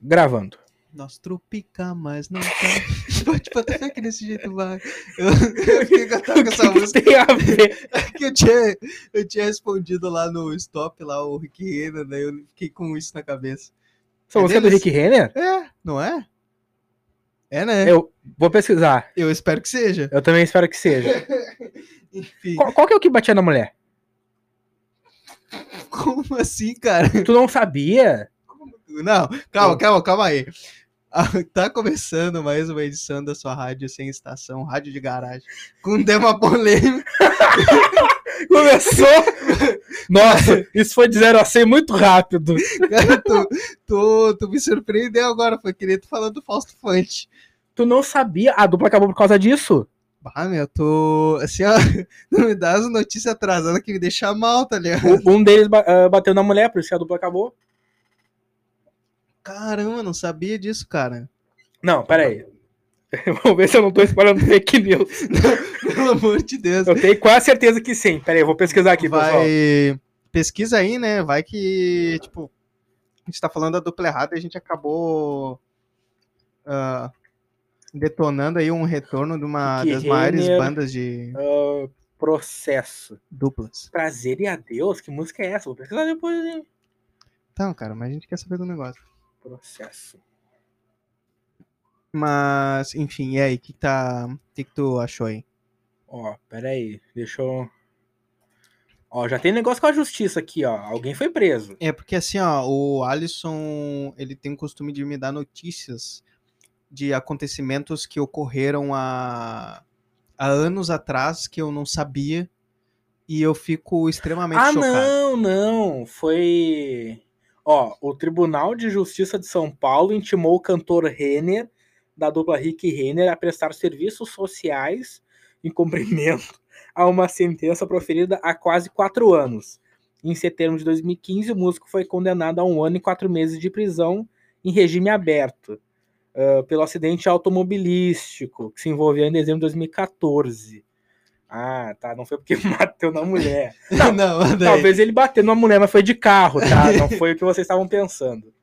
Gravando. Nós tropica, mas não tá. Pode botar aqui desse jeito, vai. Eu, eu fiquei cantando O que com essa que música. tem a ver? que eu tinha, eu tinha respondido lá no stop, lá o Rick Renner, daí eu fiquei com isso na cabeça. Essa É música é do deles? Rick Renner? É, não é? É, né? Eu, Eu vou pesquisar. espero que seja. Eu também espero que seja. Enfim, Qual, qual que é o que batia na mulher? como assim, cara? Tu não sabia? Não, calma, calma, calma aí. Ah, Tá começando mais uma edição da sua rádio sem estação, rádio de garagem, com tema polêmico. Começou! Nossa, isso foi de 0 a 100 muito rápido. Cara, tu, tu, tu me surpreendeu agora, foi que nem tu falando do Fausto Fante. Tu não sabia? A dupla acabou por causa disso? Bah, meu, tô. Assim, ó, não me dá as notícias atrasadas que me deixa mal, tá ligado? O- Um deles ba- ah, bateu na mulher, por isso que a dupla acabou. Caramba, não sabia disso, cara. Não, peraí. Vamos ver se eu não tô espalhando fake news. Pelo amor de Deus. Eu tenho quase certeza que sim. Peraí, eu vou pesquisar aqui, pessoal. Vai. Pesquisa aí, né? Vai que, tipo, a gente tá falando da dupla errada e a gente acabou ah, detonando aí um retorno de uma Que das maiores Renner. bandas de Ah, processo. duplas. Prazer e adeus? Que música é essa? Vou pesquisar depois, hein? Então, cara, mas a gente quer saber do negócio. Processo. Mas, enfim, e aí, que que tá. O que, que tu achou aí? Ó, peraí. Deixa eu. Ó, já tem negócio com a justiça aqui, ó. Alguém foi preso. É porque assim, ó, o Alisson, ele tem o costume de me dar notícias de acontecimentos que ocorreram há, há anos atrás que eu não sabia e eu fico extremamente Ah, chocado. não, não. Foi. Ó, o Tribunal de Justiça de São Paulo intimou o cantor Renner, da dupla Rick Renner, a prestar serviços sociais em cumprimento a uma sentença proferida há quase quatro anos. Em setembro de 2015, o músico foi condenado a um ano e quatro meses de prisão em regime aberto ah, pelo acidente automobilístico que se envolveu em dezembro de 2014. Ah, tá. Não foi porque bateu na mulher. Não, não, daí- Talvez ele bateu numa mulher, mas foi de carro, tá? Não foi o que vocês estavam pensando.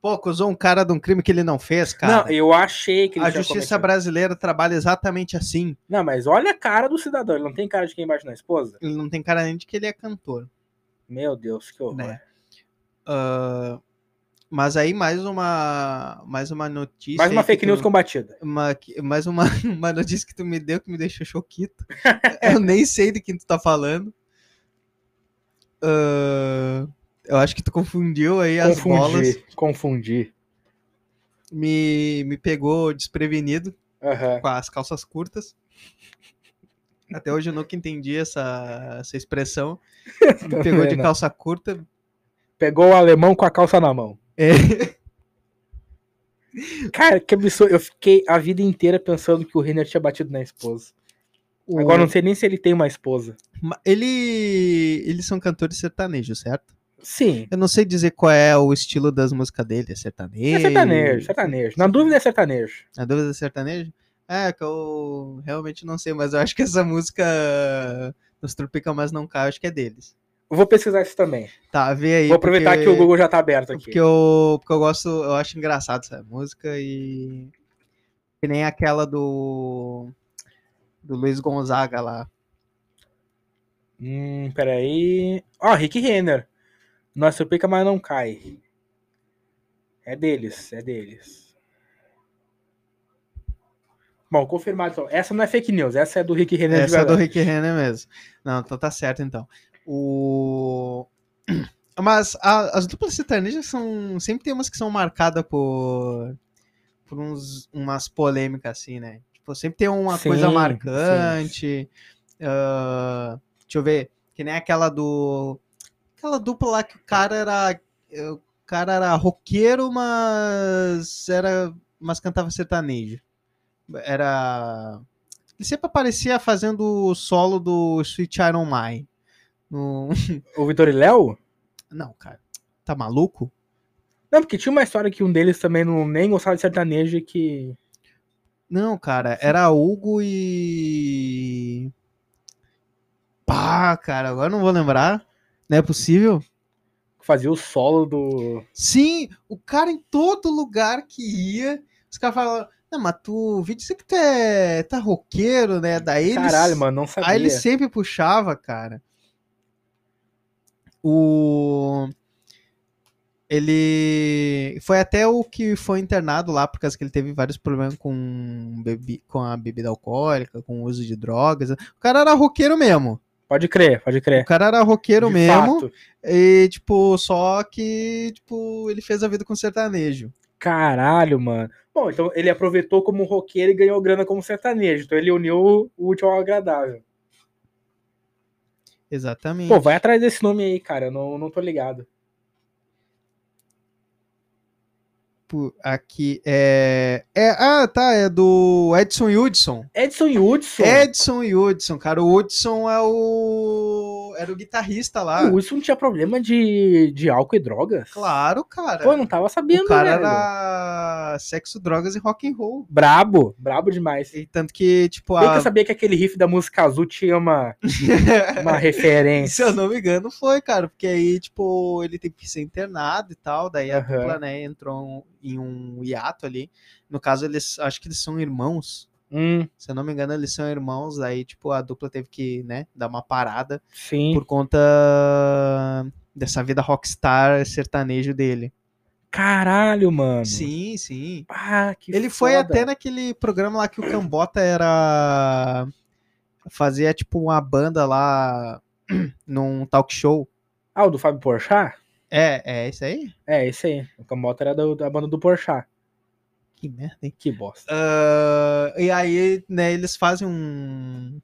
Pô, acusou um cara de um crime que ele não fez, cara. Não, eu achei que ele A tinha justiça cometido. brasileira trabalha exatamente assim. Não, mas olha a cara do cidadão. Ele não tem cara de quem bate na esposa? Ele não tem cara nem de que ele é cantor. Meu Deus, que horror. Né. Ah, Mas aí mais uma mais uma notícia. Mais uma aí que fake tu news não- combatida. Uma, que- mais uma, uma notícia que tu me deu que me deixou choquito. eu nem sei de quem tu tá falando. Ah, eu acho que tu confundiu aí as bolas. Confundi, confundi. Me, me pegou desprevenido Aham. com as calças curtas. Até hoje eu nunca entendi essa, essa expressão. Me pegou de Também não. calça curta. Pegou o alemão com a calça na mão. É. Cara, que absurdo. Eu fiquei a vida inteira pensando que o Renner tinha batido na esposa. O- Agora não sei nem se ele tem uma esposa. Ma- Ele, eles são cantores sertanejos, certo? Sim. Eu não sei dizer qual é o estilo das músicas dele. É É sertanejo? sertanejo, sertanejo. Na dúvida é sertanejo. A dúvida é sertanejo? É, que eu realmente não sei, mas eu acho que essa música Nos Tropica Mas Não Cai, eu acho que é deles. Eu vou pesquisar isso também. Tá, vê aí. Vou aproveitar porque- é que o Google já tá aberto aqui. Porque eu, porque eu gosto, eu acho engraçado essa música e. Que nem aquela do. Do Luiz Gonzaga lá. Hum, peraí. Ó, Rick Renner. Nossa, pica, mas não cai. É deles, é deles. Bom, confirmado. então. Essa não é fake news, essa é do Rick Renner de Essa é do verdade. Rick Renner mesmo. Não, então tá certo então. O. Mas a- as duplas sertanejas são. Sempre tem umas que são marcadas por. por uns, umas polêmicas assim, né? Tipo, sempre tem uma Sim, coisa sim. marcante. Ah, deixa eu ver. Que nem aquela do. Aquela dupla lá que o cara era. eh, O cara era roqueiro, mas. Era, mas cantava sertanejo. Era. Ele sempre aparecia fazendo o solo do Sweet Iron Mine. No- O Vitor e Léo? Não, cara. Tá maluco? Não, porque tinha uma história que um deles também não nem gostava de sertanejo e que. Não, cara. Era Hugo e. Pá, cara. Agora eu não vou lembrar. Não é possível? que fazia o solo do. Sim, o cara em todo lugar que ia, os caras falavam, não, mas tu vi dizer que tu é tá roqueiro, né? Daí eles- Ah, Caralho, mano, não sabia. Aí ele sempre puxava, cara. O. Ele foi até o que foi internado lá por causa que ele teve vários problemas com, bebi... com a bebida alcoólica, com o uso de drogas. O cara era roqueiro mesmo. Pode crer, pode O crer. cara era roqueiro De mesmo. fato. E, tipo, só que, tipo, ele fez a vida com sertanejo. Caralho, mano. Bom, então ele aproveitou como roqueiro e ganhou grana como sertanejo. Então ele uniu o útil ao agradável. Exatamente. Pô, vai atrás desse nome aí, cara. Eu não, não tô ligado. Tipo, Aqui é... é. Ah, tá. É do Edson Hudson. Edson e Hudson. Edson e Hudson, cara. O Hudson é o. Era o guitarrista lá. O Hudson tinha problema de, de álcool e drogas? ah. Claro, cara. Pô, eu não tava sabendo, o cara velho. era sexo, drogas e rock and roll. Brabo, brabo demais. E tanto que, tipo, Bem que eu a... sabia que aquele riff da música azul tinha uma, uma se referência. eu não me engano, foi, cara. Porque aí, tipo, ele teve que ser internado e tal. Daí a Aham. dupla, né, entrou em um hiato ali. No caso, eles acho que eles são irmãos. Hum, Se eu não me engano, eles são irmãos. Daí, tipo, a dupla teve que, né, dar uma parada sim. por conta dessa vida rockstar sertanejo dele. Caralho, mano. Sim, sim. Ah, que ele foi foda. até naquele programa lá que o Cambota era. Fazia tipo uma banda lá num talk show. Ah, o do Fábio Porchat? É, é isso aí? É, esse aí. O Cambota era do- da banda do Porchat. Que merda, hein? Que bosta. Ah, e aí, né, eles fazem um,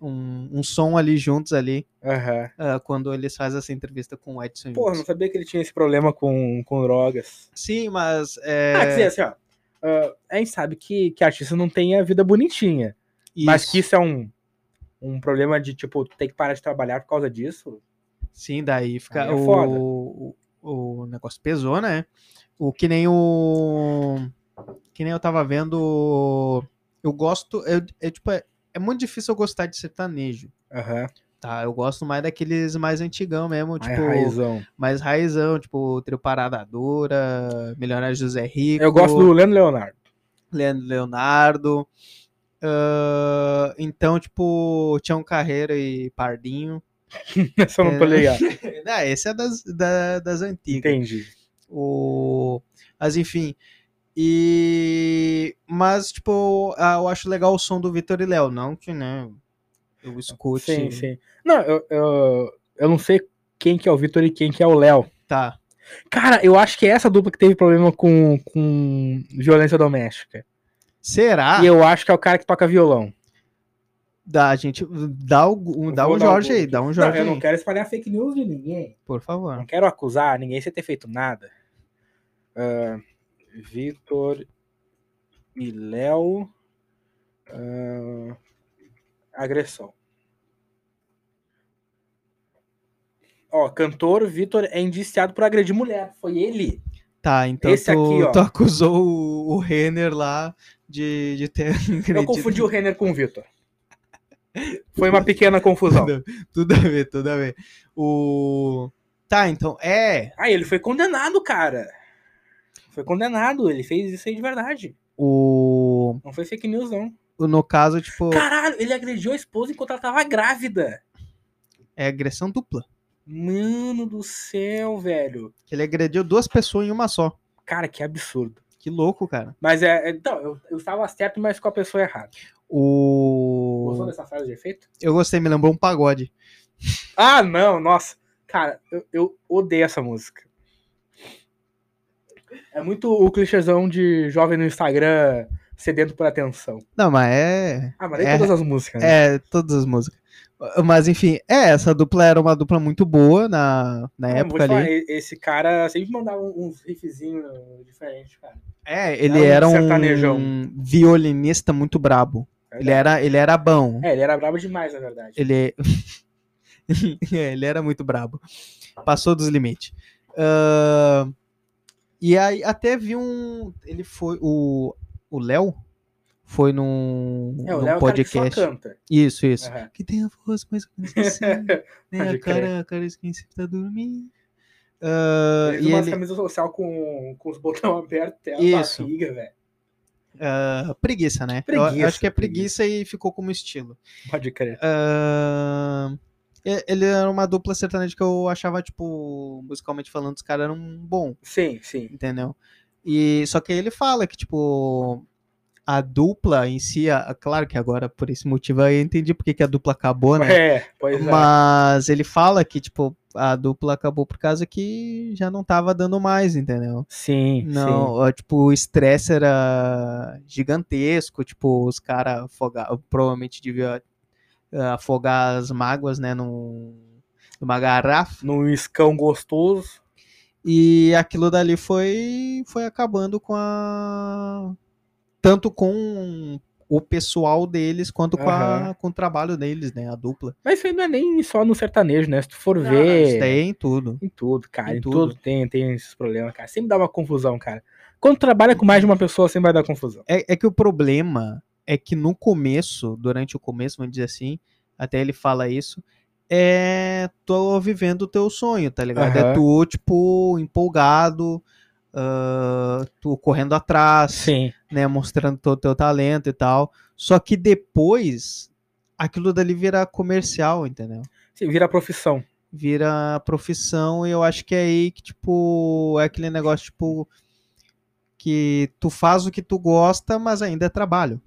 um, um som ali juntos ali. Aham. ah, quando eles fazem essa entrevista com o Edson. Porra, Hughes. não sabia que ele tinha esse problema com, com drogas. Sim, mas. Ah, quer dizer, É, assim, ó. ah, a gente sabe que, que artista não tem a vida bonitinha. Mas isso. que isso é um, um problema de, tipo, ter que parar de trabalhar por causa disso. Sim, daí fica Aí é o, foda. o, o negócio pesou, né? O que nem o que nem eu tava vendo, eu gosto, eu, é tipo é, é muito difícil eu gostar de sertanejo, Aham. tá? Eu gosto mais daqueles mais antigão mesmo, Ai, tipo raizão. mais raizão, tipo Trio Parada Dura, Milionário José Rico. Eu gosto do Leandro Leonardo. Leandro Leonardo. Ahn, então, tipo, Tião Carreiro e Pardinho. Essa eu não tô ligado. Ah, esse é das, da- das antigas. Entendi. O... Mas enfim. E... Mas, tipo, ah, eu acho legal o som do Vitor e Léo. Não que, né? Eu escute. Sim, sim. Não, eu, eu, eu não sei quem que é o Vitor e quem que é o Léo. Tá. Cara, eu acho que é essa dupla que teve problema com, com violência doméstica. Será? E eu acho que é o cara que toca violão. Dá, gente. Dá, o, dá vou dar um o Jorge gol aí. aqui. Dá um Jorge aí, quero espalhar fake news de ninguém. por favor. Não quero acusar ninguém sem ter feito nada. Ah, Vitor e Léo. ah, agressão. Ó, cantor Vitor é indiciado por agredir mulher. Foi ele. Tá, então Esse tu, aqui, ó. tu acusou o, o Renner lá de, de ter. Eu confundi o Renner com o Vitor. Foi uma pequena confusão. Tudo, tudo a ver, tudo a ver. O. Tá, então. É. Ah, ele foi condenado, cara. Foi condenado. Ele fez isso aí de verdade. O. Não foi fake news, não. No caso, tipo. Caralho, ele agrediu a esposa enquanto ela tava grávida. É agressão dupla. Mano do céu, velho. que ele agrediu duas pessoas em uma só. Cara, que absurdo. Que louco, cara. Mas é. é- Então, eu, eu estava certo, mas com a pessoa errada. Gostou O. dessa frase de efeito? Eu gostei, me lembrou um pagode. Ah, não, nossa. Cara, eu, eu odeio essa música. É muito o clichêzão de jovem no Instagram cedendo por atenção. Não, mas é. Ah, mas nem É. todas as músicas, né? É, todas as músicas. Mas enfim, é, essa dupla era uma dupla muito boa na, Não, na vou época te falar, ali. e- esse cara sempre mandava um- uns riffzinhos diferentes, cara. É, ele era era um um sertanejão. violinista muito brabo. Ele era, ele era bom. É, ele era brabo demais, na verdade. Ele. É, ele era muito brabo. Passou dos limites. Ahn, E aí até vi um. Ele foi. O o Léo foi num, É, o num Léo é o cara que só podcast. canta. isso, isso. Aham. Que tem a voz mais ou menos assim. né? Pode A cara, a cara esquisita tá dormindo. Ah, Fez e umas ele- camisas social com, com os botões abertos até a Isso. barriga, velho. ah, preguiça, né? Eu- Eu, Preguiça, acho que é preguiça, e ficou como estilo. Pode crer. Ah, e- ele era uma dupla sertaneja que eu achava, tipo, musicalmente falando, os caras eram bom, Sim, sim. entendeu? E só que aí ele fala que, tipo, a dupla em si, a- claro que agora por esse motivo aí eu entendi porque que a dupla acabou, né? É, pois é. Mas ele fala que, tipo, a dupla acabou por causa que já não tava dando mais, entendeu? Sim, Não, ó, tipo, o estresse era gigantesco, tipo, os caras afogar, provavelmente devia eh, afogar as mágoas, né, num- numa garrafa. sim. Num escão gostoso. E aquilo dali foi foi acabando com a tanto com o pessoal deles quanto com, a, Aham. com o trabalho deles, né, a dupla. Mas isso aí não é nem só no sertanejo, né? Se tu for Isso ver. daí é em tudo. Em tudo, cara. Em Em, tudo. tudo, tem, tem esses problemas, cara. Sempre dá uma confusão, cara. Quando tu trabalha com mais de uma pessoa, sempre vai dar confusão. É, é que o problema é que no começo, durante o começo, vamos dizer assim, até ele fala isso, é tô vivendo o teu sonho, tá ligado? É Aham. tu, tipo, empolgado, ah, tu correndo atrás, Sim. né, mostrando todo o teu talento e tal. Só que depois, aquilo dali vira comercial, entendeu? Sim, vira profissão. Vira profissão e eu acho que é aí que, tipo, é aquele negócio, tipo, que tu faz o que tu gosta, mas ainda é trabalho,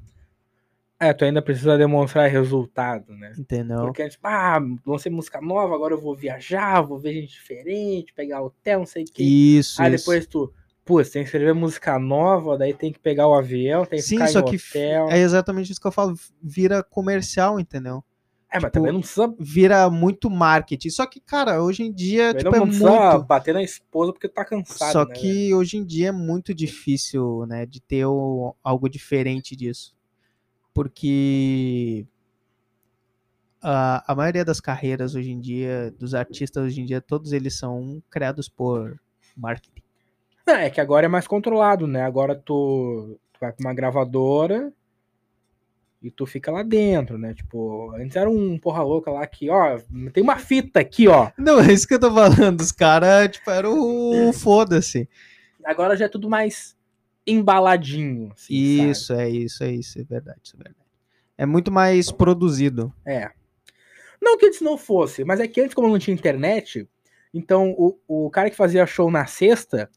É, tu ainda precisa demonstrar resultado, né? entendeu? Porque antes, ah, lancei música nova, agora eu vou viajar, vou ver gente diferente, pegar hotel, não sei o que. Isso, Aí isso. depois tu, putz, tem que escrever música nova, daí tem que pegar o avião, tem que Sim, ficar só em que f- hotel. é exatamente isso que eu falo, vira comercial, entendeu? É, mas tipo, também não precisa, Vira muito marketing. Só que, cara, hoje em dia, também tipo, é não precisa muito... bater na esposa porque tu tá cansado, Só né, que velho? hoje em dia é muito difícil, né, de ter o- algo diferente disso. Porque a, a maioria das carreiras hoje em dia, dos artistas hoje em dia, todos eles são criados por marketing. Não, é que agora é mais controlado, né? Agora tu, tu vai pra uma gravadora e tu fica lá dentro, né? Tipo, antes era um porra louca lá que, ó, tem uma fita aqui, ó. Não, é isso que eu tô falando. Os caras, tipo, eram o foda-se. Agora já é tudo mais embaladinho, assim, sabe? Isso, é isso, é isso, é verdade, isso é verdade. É muito mais produzido. É. Não que antes não fosse, mas é que antes, como não tinha internet, então o, o cara que fazia show na sexta,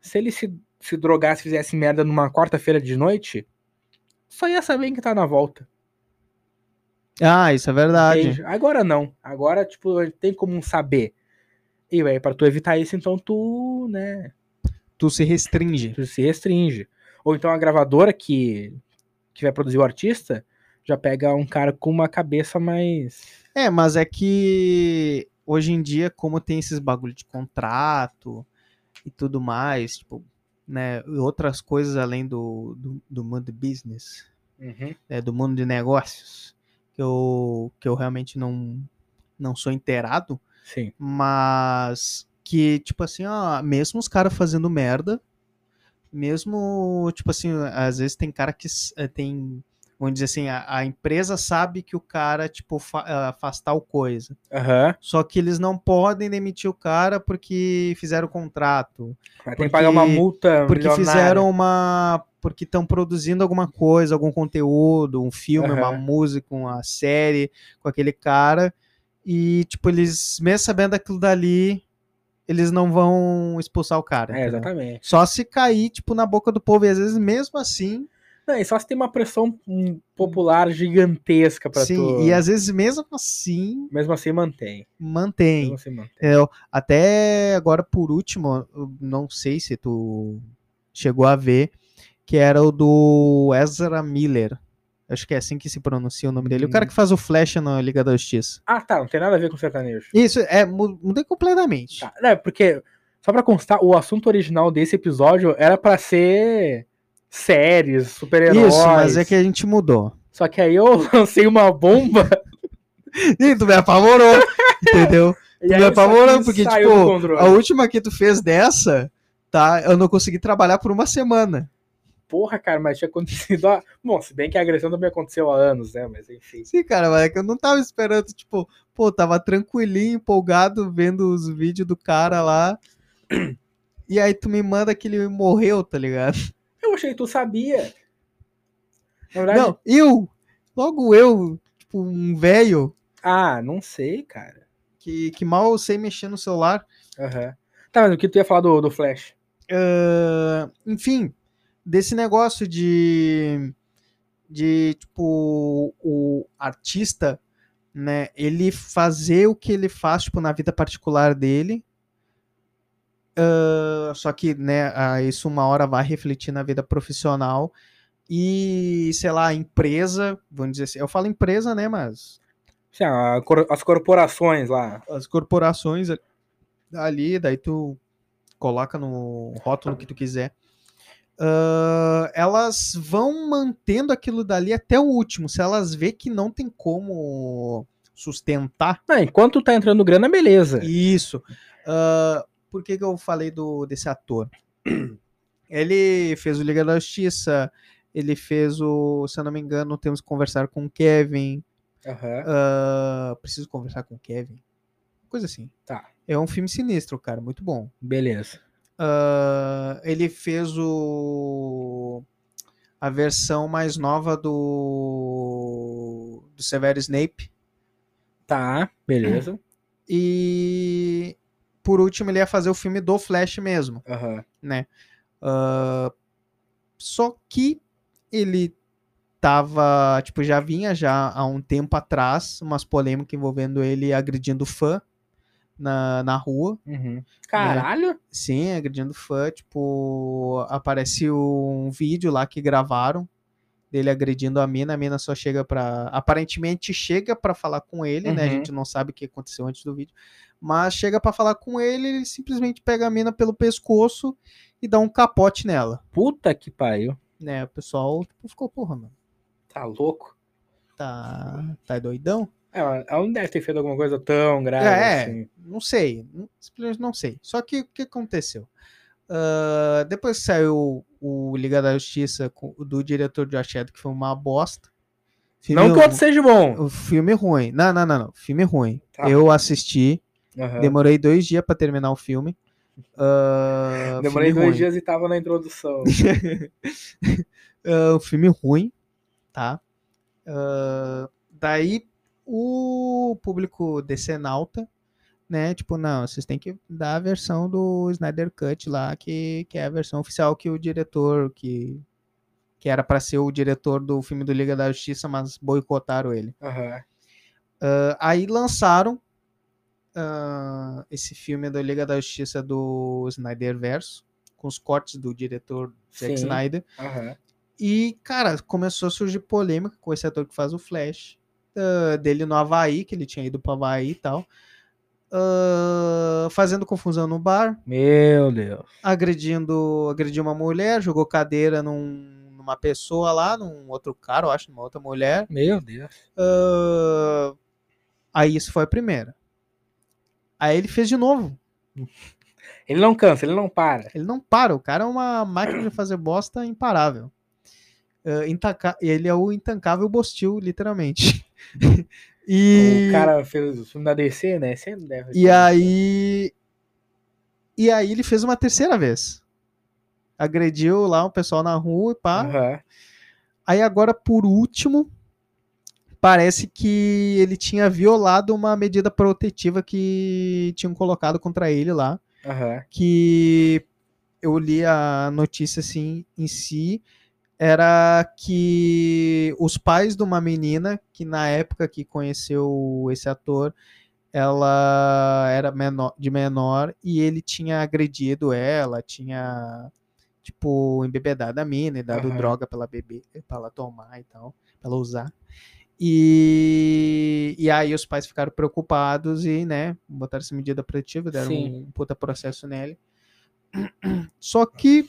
se ele se, se drogasse, fizesse merda numa quarta-feira de noite, só ia saber que tá na volta. Ah, isso é verdade. entende? Agora não. Agora, tipo, tem como um saber. E, velho, pra tu evitar isso, então tu, né, Tu se restringe. tu se restringe. Ou então a gravadora que, que vai produzir o artista já pega um cara com uma cabeça mais. É, mas é que hoje em dia, como tem esses bagulho de contrato e tudo mais, tipo, né, e outras coisas além do, do, do mundo business, né, do mundo de negócios, que eu, que eu realmente não, não sou inteirado, Sim. mas que, tipo assim, ó, mesmo os caras fazendo merda, mesmo, tipo assim, às vezes tem cara que s- eh, tem, vamos dizer assim, a, a empresa sabe que o cara, tipo, fa, ah, faz tal coisa. Aham. Só que eles não podem demitir o cara porque fizeram contrato, Vai ter Porque- que pagar uma multa porque milionária. fizeram uma, porque estão produzindo alguma coisa, algum conteúdo, um filme, uma Aham. música, uma série com aquele cara e tipo eles mesmo sabendo aquilo dali, eles não vão expulsar o cara. É, entendeu? exatamente. Só se cair tipo na boca do povo e às vezes mesmo assim, Não, e só se tem uma pressão hum, popular gigantesca pra sim, tu. e às vezes mesmo assim Mesmo assim mantém. mantém. Mesmo assim mantém. Eu, É, até agora, por último, eu não sei se tu chegou a ver, que era o do Ezra Miller. Acho que é assim que se pronuncia o nome dele. O cara Hum. que faz o Flash na Liga da Justiça. Ah, tá. Não tem nada a ver com sertanejo. Isso, é, mu- mudei completamente. Tá. Não, é porque, só pra constar, o assunto original desse episódio era pra ser séries, super-heróis. Isso, mas é que a gente mudou. Só que aí eu lancei uma bomba Ih, tu me apavorou, entendeu? e Tu aí me isso aqui apavorou, é porque, saiu tipo, do controle. A última que tu fez dessa, tá? Eu não consegui trabalhar por uma semana. porra, cara, mas tinha acontecido. Há... Bom, se bem que a agressão também aconteceu há anos, né? Mas enfim. Sim, cara, mas é que eu não tava esperando, tipo, pô, tava tranquilinho, empolgado, vendo os vídeos do cara lá. E aí tu me manda que ele morreu, tá ligado? Eu achei que tu sabia. Na verdade. Não, eu! Logo eu, tipo, um velho Ah, não sei, cara. que, que mal sei mexer no celular. Aham. Tá, mas o que tu ia falar do, do Flash? Ah, enfim, desse negócio de, de tipo, o artista, né, ele fazer o que ele faz, tipo, na vida particular dele, Ah, só que, né, ah, isso uma hora vai refletir na vida profissional e, sei lá, a empresa, vamos dizer assim, eu falo empresa, né, mas Assim, a cor- as corporações lá. as corporações ali- ali, daí tu coloca no rótulo que tu quiser. Ah, elas vão mantendo aquilo dali até o último. Se elas vê que não tem como sustentar Não, enquanto tá entrando grana, beleza. isso. Ah, por que, que eu falei do, desse ator? Ele fez o Liga da Justiça, ele fez o, se eu não me engano, temos que conversar com o Kevin. Aham. Ah, preciso conversar com o Kevin. Coisa assim. Tá. É um filme sinistro, cara, muito bom. Beleza. Ah, ele fez o a versão mais nova do do Severo Snape Tá, beleza. e por último ele ia fazer o filme do Flash mesmo. Aham. Só que ele tava, tipo, já vinha já há um tempo atrás umas polêmicas envolvendo ele agredindo fã na, na rua. Uhum. Caralho? Sim, agredindo fã, tipo, aparece um vídeo lá que gravaram dele agredindo a mina, a mina só chega pra. aparentemente chega pra falar com ele, né? A Uhum. gente não sabe o que aconteceu antes do vídeo, mas chega pra falar com ele, ele simplesmente pega a mina pelo pescoço e dá um capote nela, Puta que pariu. né? O pessoal tipo, ficou, porra, mano, Tá louco? tá, tá doidão? É, ela não deve ter feito alguma coisa tão grave É, assim. Não sei, não- simplesmente não sei. Só que o que aconteceu? Ah, depois que saiu o Liga da Justiça com- do diretor de Achado, que foi uma bosta. Filme Não que o outro ru- seja bom. o filme ruim. Não, não, não, não. Filme ruim. Tá. É. Eu assisti, Aham. demorei um dois dias pra terminar o filme. Ah, Demorei filme dois ruim. dias e tava na introdução. Ah, um filme ruim, tá? Ah, daí o público decenalta, né? Tipo, não, vocês têm que dar a versão do Snyder Cut lá, que, que é a versão oficial que o diretor, que, que era pra ser o diretor do filme do Liga da Justiça, mas boicotaram ele. Aham. Ah, aí lançaram ah, esse filme da Liga da Justiça do Snyder Verso, com os cortes do diretor Zack Sim. Snyder. Aham. E, cara, começou a surgir polêmica com esse ator que faz o Flash, ah, dele no Havaí, que ele tinha ido pro Havaí e tal, ah, fazendo confusão no bar, Meu Deus. agredindo agrediu uma mulher, jogou cadeira num- numa pessoa lá, num outro cara, eu acho, numa outra mulher. Meu Deus. Ah, aí isso foi a primeira. Aí ele fez de novo. Ele não cansa, ele não para. Ele não para, o cara é uma máquina de fazer bosta imparável. Ah, intaca- ele é o intancável Bostil, literalmente. e, O cara fez o filme da DC, né? Você não deve. e aí. E aí ele fez uma terceira vez. Agrediu lá o pessoal na rua e pá. Aham. Aí agora, por último, parece que ele tinha violado uma medida protetiva que tinham colocado contra ele lá. Aham. que eu li a notícia assim em si era que os pais de uma menina que na época que conheceu esse ator ela era menor, de menor e ele tinha agredido ela, tinha tipo embebedado a mina e dado Aham. droga pra ela beber, pra ela tomar e tal, pra ela usar. E, e aí os pais ficaram preocupados e, né, botaram essa medida protetiva, deram Sim. um puta processo nele. Só que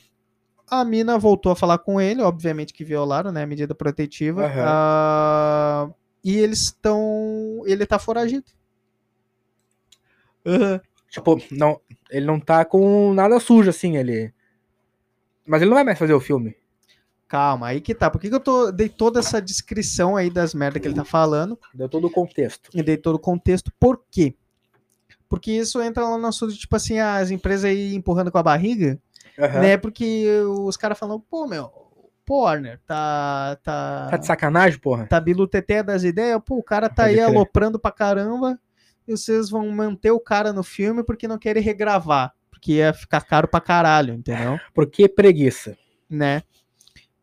a mina voltou a falar com ele, obviamente que violaram, né, a medida protetiva. Aham. ah, e eles estão. Ele tá foragido. Aham. Tipo, não, ele não tá com nada sujo assim, ele. Mas ele não vai mais fazer o filme. Calma, aí que tá. Por que, que eu tô, dei toda essa descrição aí das merdas que ele tá falando? Deu todo o contexto. E dei todo o contexto. Por quê? Porque isso entra lá no assunto, tipo assim, as empresas aí empurrando com a barriga, Aham. né? Porque os caras falam, pô, meu, Porner tá. Tá, Tá de sacanagem, porra? tá biluteté das ideias, pô, o cara tá Pode aí crer. aloprando pra caramba, e vocês vão manter o cara no filme porque não querem regravar, porque ia ficar caro pra caralho, entendeu? Por que preguiça? né?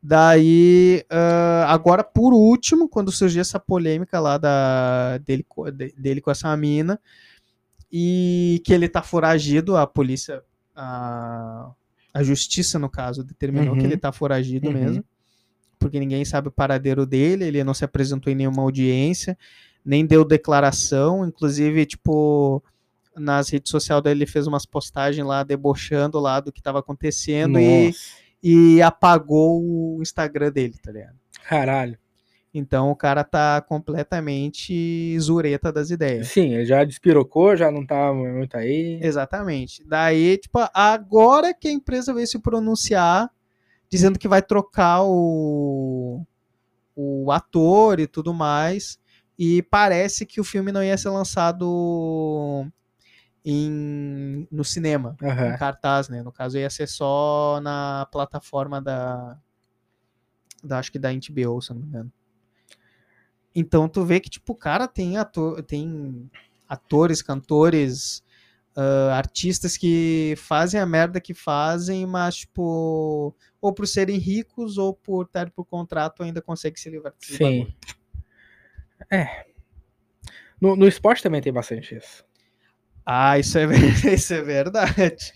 Daí, ah, agora por último, quando surgiu essa polêmica lá da, dele, co- de- dele com essa mina, e que ele tá foragido, a polícia, a, a justiça no caso, determinou Uhum. que ele tá foragido Uhum. mesmo, porque ninguém sabe o paradeiro dele, ele não se apresentou em nenhuma audiência, nem deu declaração, inclusive, tipo, nas redes sociais dele ele fez umas postagens lá debochando lá do que tava acontecendo e Nossa, e apagou o Instagram dele, tá ligado? Caralho. Então o cara tá completamente zureta das ideias. Sim, ele já despirocou, já não tá muito aí. Exatamente. Daí, tipo, agora que a empresa veio se pronunciar, dizendo que vai trocar o, o ator e tudo mais, e parece que o filme não ia ser lançado em, no cinema, em Aham. cartaz, né? No caso, ia ser só na plataforma da, da acho que da HBO, se eu não me engano. Então tu vê que tipo, cara, tem ator, tem atores, cantores, ah, artistas que fazem a merda que fazem, mas tipo, ou por serem ricos ou por estar por contrato ainda consegue se livrar desse Sim. bagulho. É. No, no esporte também tem bastante isso. Ah, isso é, ver- isso é verdade.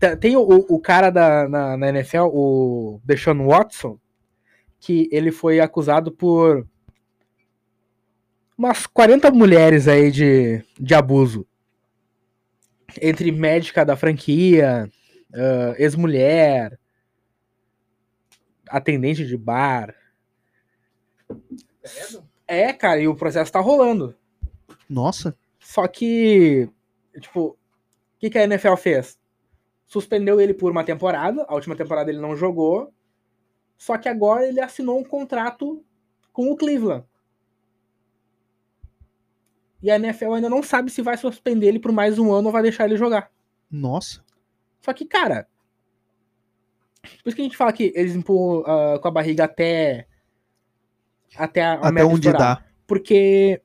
Tá- Tem o, o cara da, na, na NFL, o Deshaun Watson, que ele foi acusado por umas 40 mulheres aí de, de abuso. Entre médica da franquia, ah, ex-mulher, atendente de bar. É, cara, e o processo tá rolando. Nossa. Só que, tipo, o que, que a NFL fez? Suspendeu ele por uma temporada, a última temporada ele não jogou, só que agora ele assinou um contrato com o Cleveland. E a NFL ainda não sabe se vai suspender ele por mais um ano ou vai deixar ele jogar. Nossa. Só que, cara, por isso que a gente fala que eles empurram ah, com a barriga até. Até, a, a Até meta onde estourar. dá. Porque,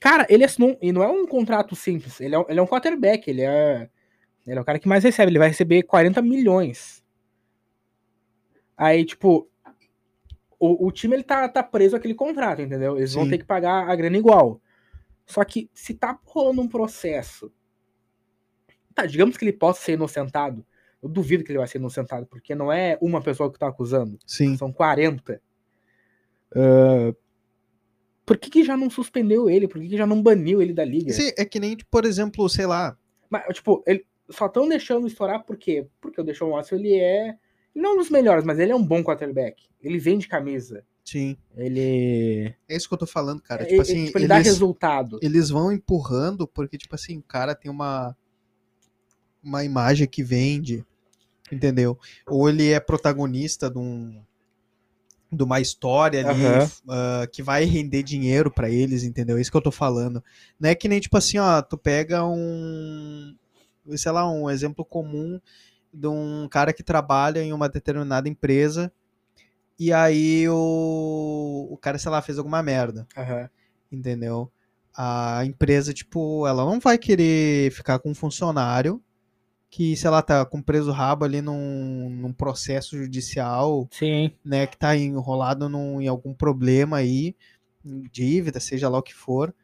cara, ele assinou, e não é um contrato simples, ele é, um- ele é um quarterback, ele é, ele é o cara que mais recebe, ele vai receber 40 milhões. Aí, tipo, o, o time ele tá, tá preso àquele contrato, entendeu? Eles vão Sim. ter que pagar a grana igual. Só que se tá rolando um processo, tá, digamos que ele possa ser inocentado, eu duvido que ele vai ser inocentado, porque não é uma pessoa que tá acusando. Sim. São 40. Ah, por que, que já não suspendeu ele? Por que, que já não baniu ele da liga? Sim, É que nem, por exemplo, sei lá, Mas, tipo, ele, só estão deixando estourar por quê? Porque o Deshaun Watson, ele é... ele Não um dos melhores, mas ele é um bom quarterback. Ele vende camisa. Sim. Ele... É isso que eu tô falando, cara. é, tipo é, assim, tipo, ele dá eles, resultado. eles vão empurrando porque, tipo assim, o cara tem uma, uma imagem que vende, entendeu? Ou ele é protagonista de, um, de uma história ali Aham. ah, que vai render dinheiro pra eles, entendeu? É isso que eu tô falando. Não é que nem, tipo assim, ó, tu pega um, sei lá, um exemplo comum de um cara que trabalha em uma determinada empresa e aí o, o cara, sei lá, fez alguma merda Aham. entendeu? A empresa, tipo, ela não vai querer ficar com um funcionário que, sei lá, tá com preso rabo ali num, num processo judicial, Sim. né, que tá enrolado num, em algum problema aí, em dívida, seja lá o que for.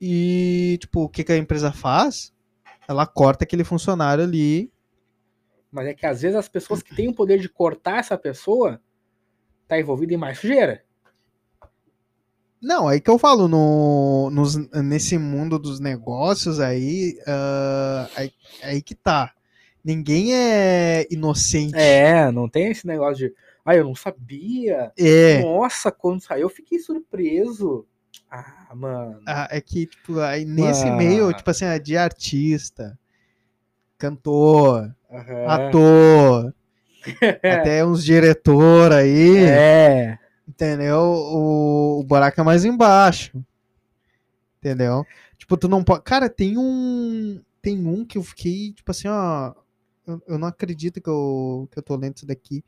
E, tipo, o que, que a empresa faz? Ela corta aquele funcionário ali. Mas é que às vezes as pessoas que têm o poder de cortar essa pessoa tá envolvida em mais sujeira. Não, aí que eu falo, no, nos- nesse mundo dos negócios aí, ah, aí, aí que tá. Ninguém é inocente. É, não tem esse negócio de... Ah, eu não sabia. É, Nossa, quando saiu, eu fiquei surpreso. Ah, mano. a- é que, tipo, aí nesse Ah. meio, tipo assim, ah, de artista, cantor, É. Aham. ator, Até uns diretor aí, É. entendeu? O, o buraco é mais embaixo. Entendeu? Tipo, tu não pode. Cara, tem um. Tem um que eu fiquei, tipo assim, ó. Eu, eu não acredito que eu, que eu tô lendo isso daqui.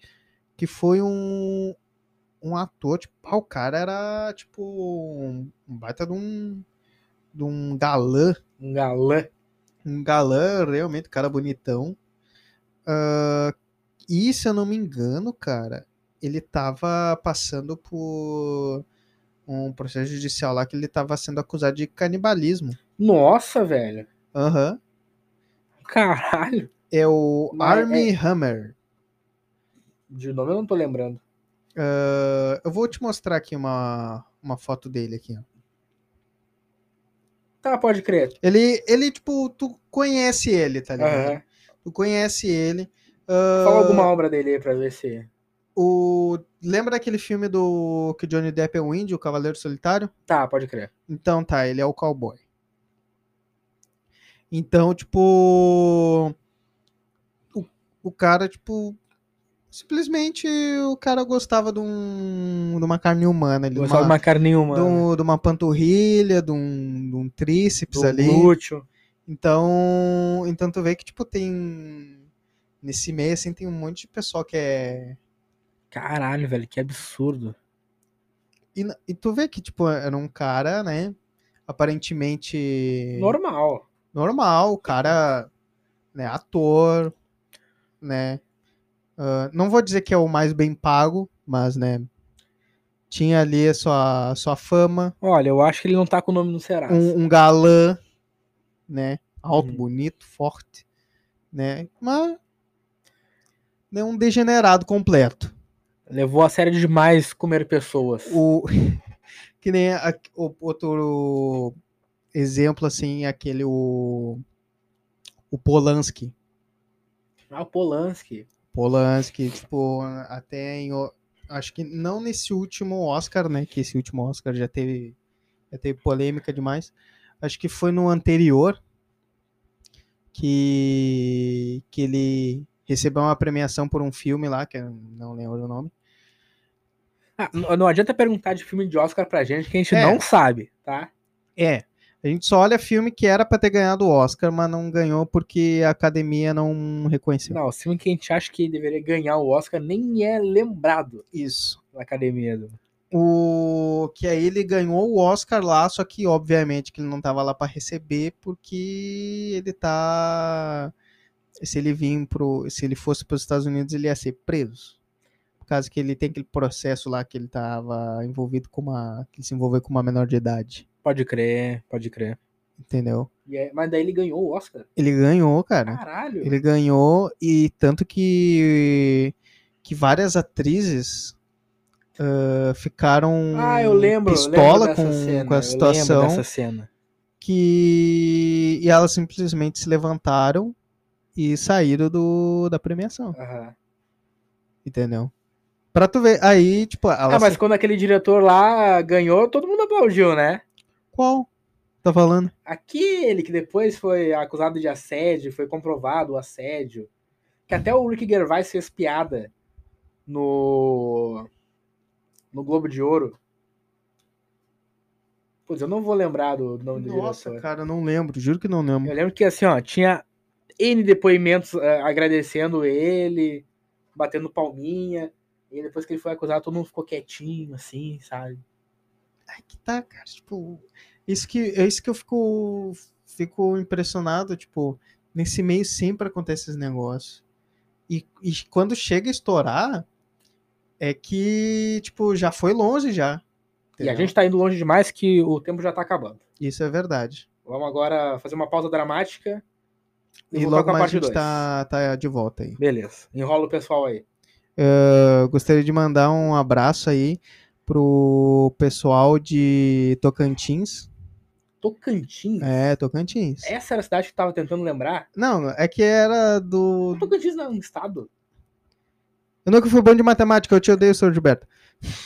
Que foi um. Um ator, tipo, ah, o cara era, tipo, um baita de um. De um galã Um galã. um galã, realmente, um cara bonitão. Ah, e se eu não me engano, cara, ele tava passando por um processo judicial lá que ele tava sendo acusado de canibalismo. Nossa, velho. Aham. Caralho. É o Mas é- Army Hammer. De nome eu não tô lembrando. Ah, eu vou te mostrar aqui uma, uma foto dele aqui. ó. Tá, pode crer. Ele, ele, tipo, tu conhece ele, tá ligado? Aham. Tu conhece ele. Fala alguma obra dele aí pra ver se. O... Lembra daquele filme do que o Johnny Depp é o índio, o Cavaleiro Solitário? Tá, pode crer. Então tá, ele é o cowboy. Então, tipo. O, o cara, tipo. Simplesmente o cara gostava de, um, de uma carne humana. ali, de Gostava de uma- uma carne de humana. um- de uma panturrilha, de um, de um tríceps Do ali. glúteo. Então, então tu vê que, tipo, tem. Nesse meio, assim, tem um monte de pessoal que é. Caralho, velho, que absurdo. E, n- e tu vê que, tipo, era um cara, né? Aparentemente. Normal. normal, o cara, né, ator, né? ah, não vou dizer que é o mais bem pago, mas, né, tinha ali a sua, a sua fama, Olha, eu acho que ele não tá com o nome no Serasa. um, um galã, né, alto, Uhum. bonito, forte, né, mas né, um degenerado completo. Levou a sério demais comer pessoas. O, que nem a- o outro exemplo, assim, é aquele, o, o Polanski, Ah, o Polanski. Polanski, tipo, até em. o- Acho que não nesse último Oscar, né? Que esse último Oscar já teve, já teve polêmica demais. Acho que foi no anterior que, que ele recebeu uma premiação por um filme lá, que eu não lembro o nome. Ah, n- não adianta perguntar de filme de Oscar pra gente que a gente É. não sabe, tá? É, a gente só olha filme que era pra ter ganhado o Oscar, mas não ganhou porque a academia não reconheceu. Não, o filme que a gente acha que deveria ganhar o Oscar nem é lembrado Isso. na academia. Do... o que aí ele ganhou o Oscar lá, só que obviamente que ele não tava lá para receber porque ele tá se ele vir pro, se ele fosse para os Estados Unidos, ele ia ser preso. Por causa que ele tem aquele processo lá que ele tava envolvido com uma, que ele se envolveu com uma menor de idade, Pode crer, pode crer. entendeu? E aí- mas daí ele ganhou o Oscar. Ele ganhou, cara. Caralho. Né? Ele ganhou e tanto que que várias atrizes ah, ficaram Ah, eu lembro. eu lembro pistola dessa com, cena, com eu a situação. Lembro dessa cena. que e elas simplesmente se levantaram e saíram do, da premiação, Aham. entendeu? Pra tu ver, aí, tipo, ela Ah, mas quando aquele diretor lá ganhou, todo mundo aplaudiu, né? qual? Tá falando? Aquele que depois foi acusado de assédio, foi comprovado o assédio. Que até o Rick Gervais fez piada no. no Globo de Ouro. Pois eu não vou lembrar do, do nome do Nossa, diretor. cara, não lembro, juro que não lembro. Eu lembro que assim, ó, tinha N depoimentos eh, agradecendo ele, batendo palminha. E depois que ele foi acusado, todo mundo ficou quietinho, assim, sabe? Ai, que tá, cara, tipo, isso que é isso que eu fico fico impressionado, tipo, nesse meio sempre acontece esses negócios. E, e quando chega a estourar, é que, tipo, já foi longe já. E a entendeu? gente tá indo longe demais que o tempo já tá acabando. Isso é verdade. Vamos agora fazer uma pausa dramática E voltar logo com a mais a parte gente 2. tá, tá de volta aí. Beleza. Enrola o pessoal aí. Eu gostaria de mandar um abraço aí pro pessoal de Tocantins. Tocantins? É, Tocantins. Essa era a cidade que eu tava tentando lembrar? Não, é que era do. Tocantins não é um estado? Eu nunca fui bom de matemática, eu te odeio, senhor Gilberto.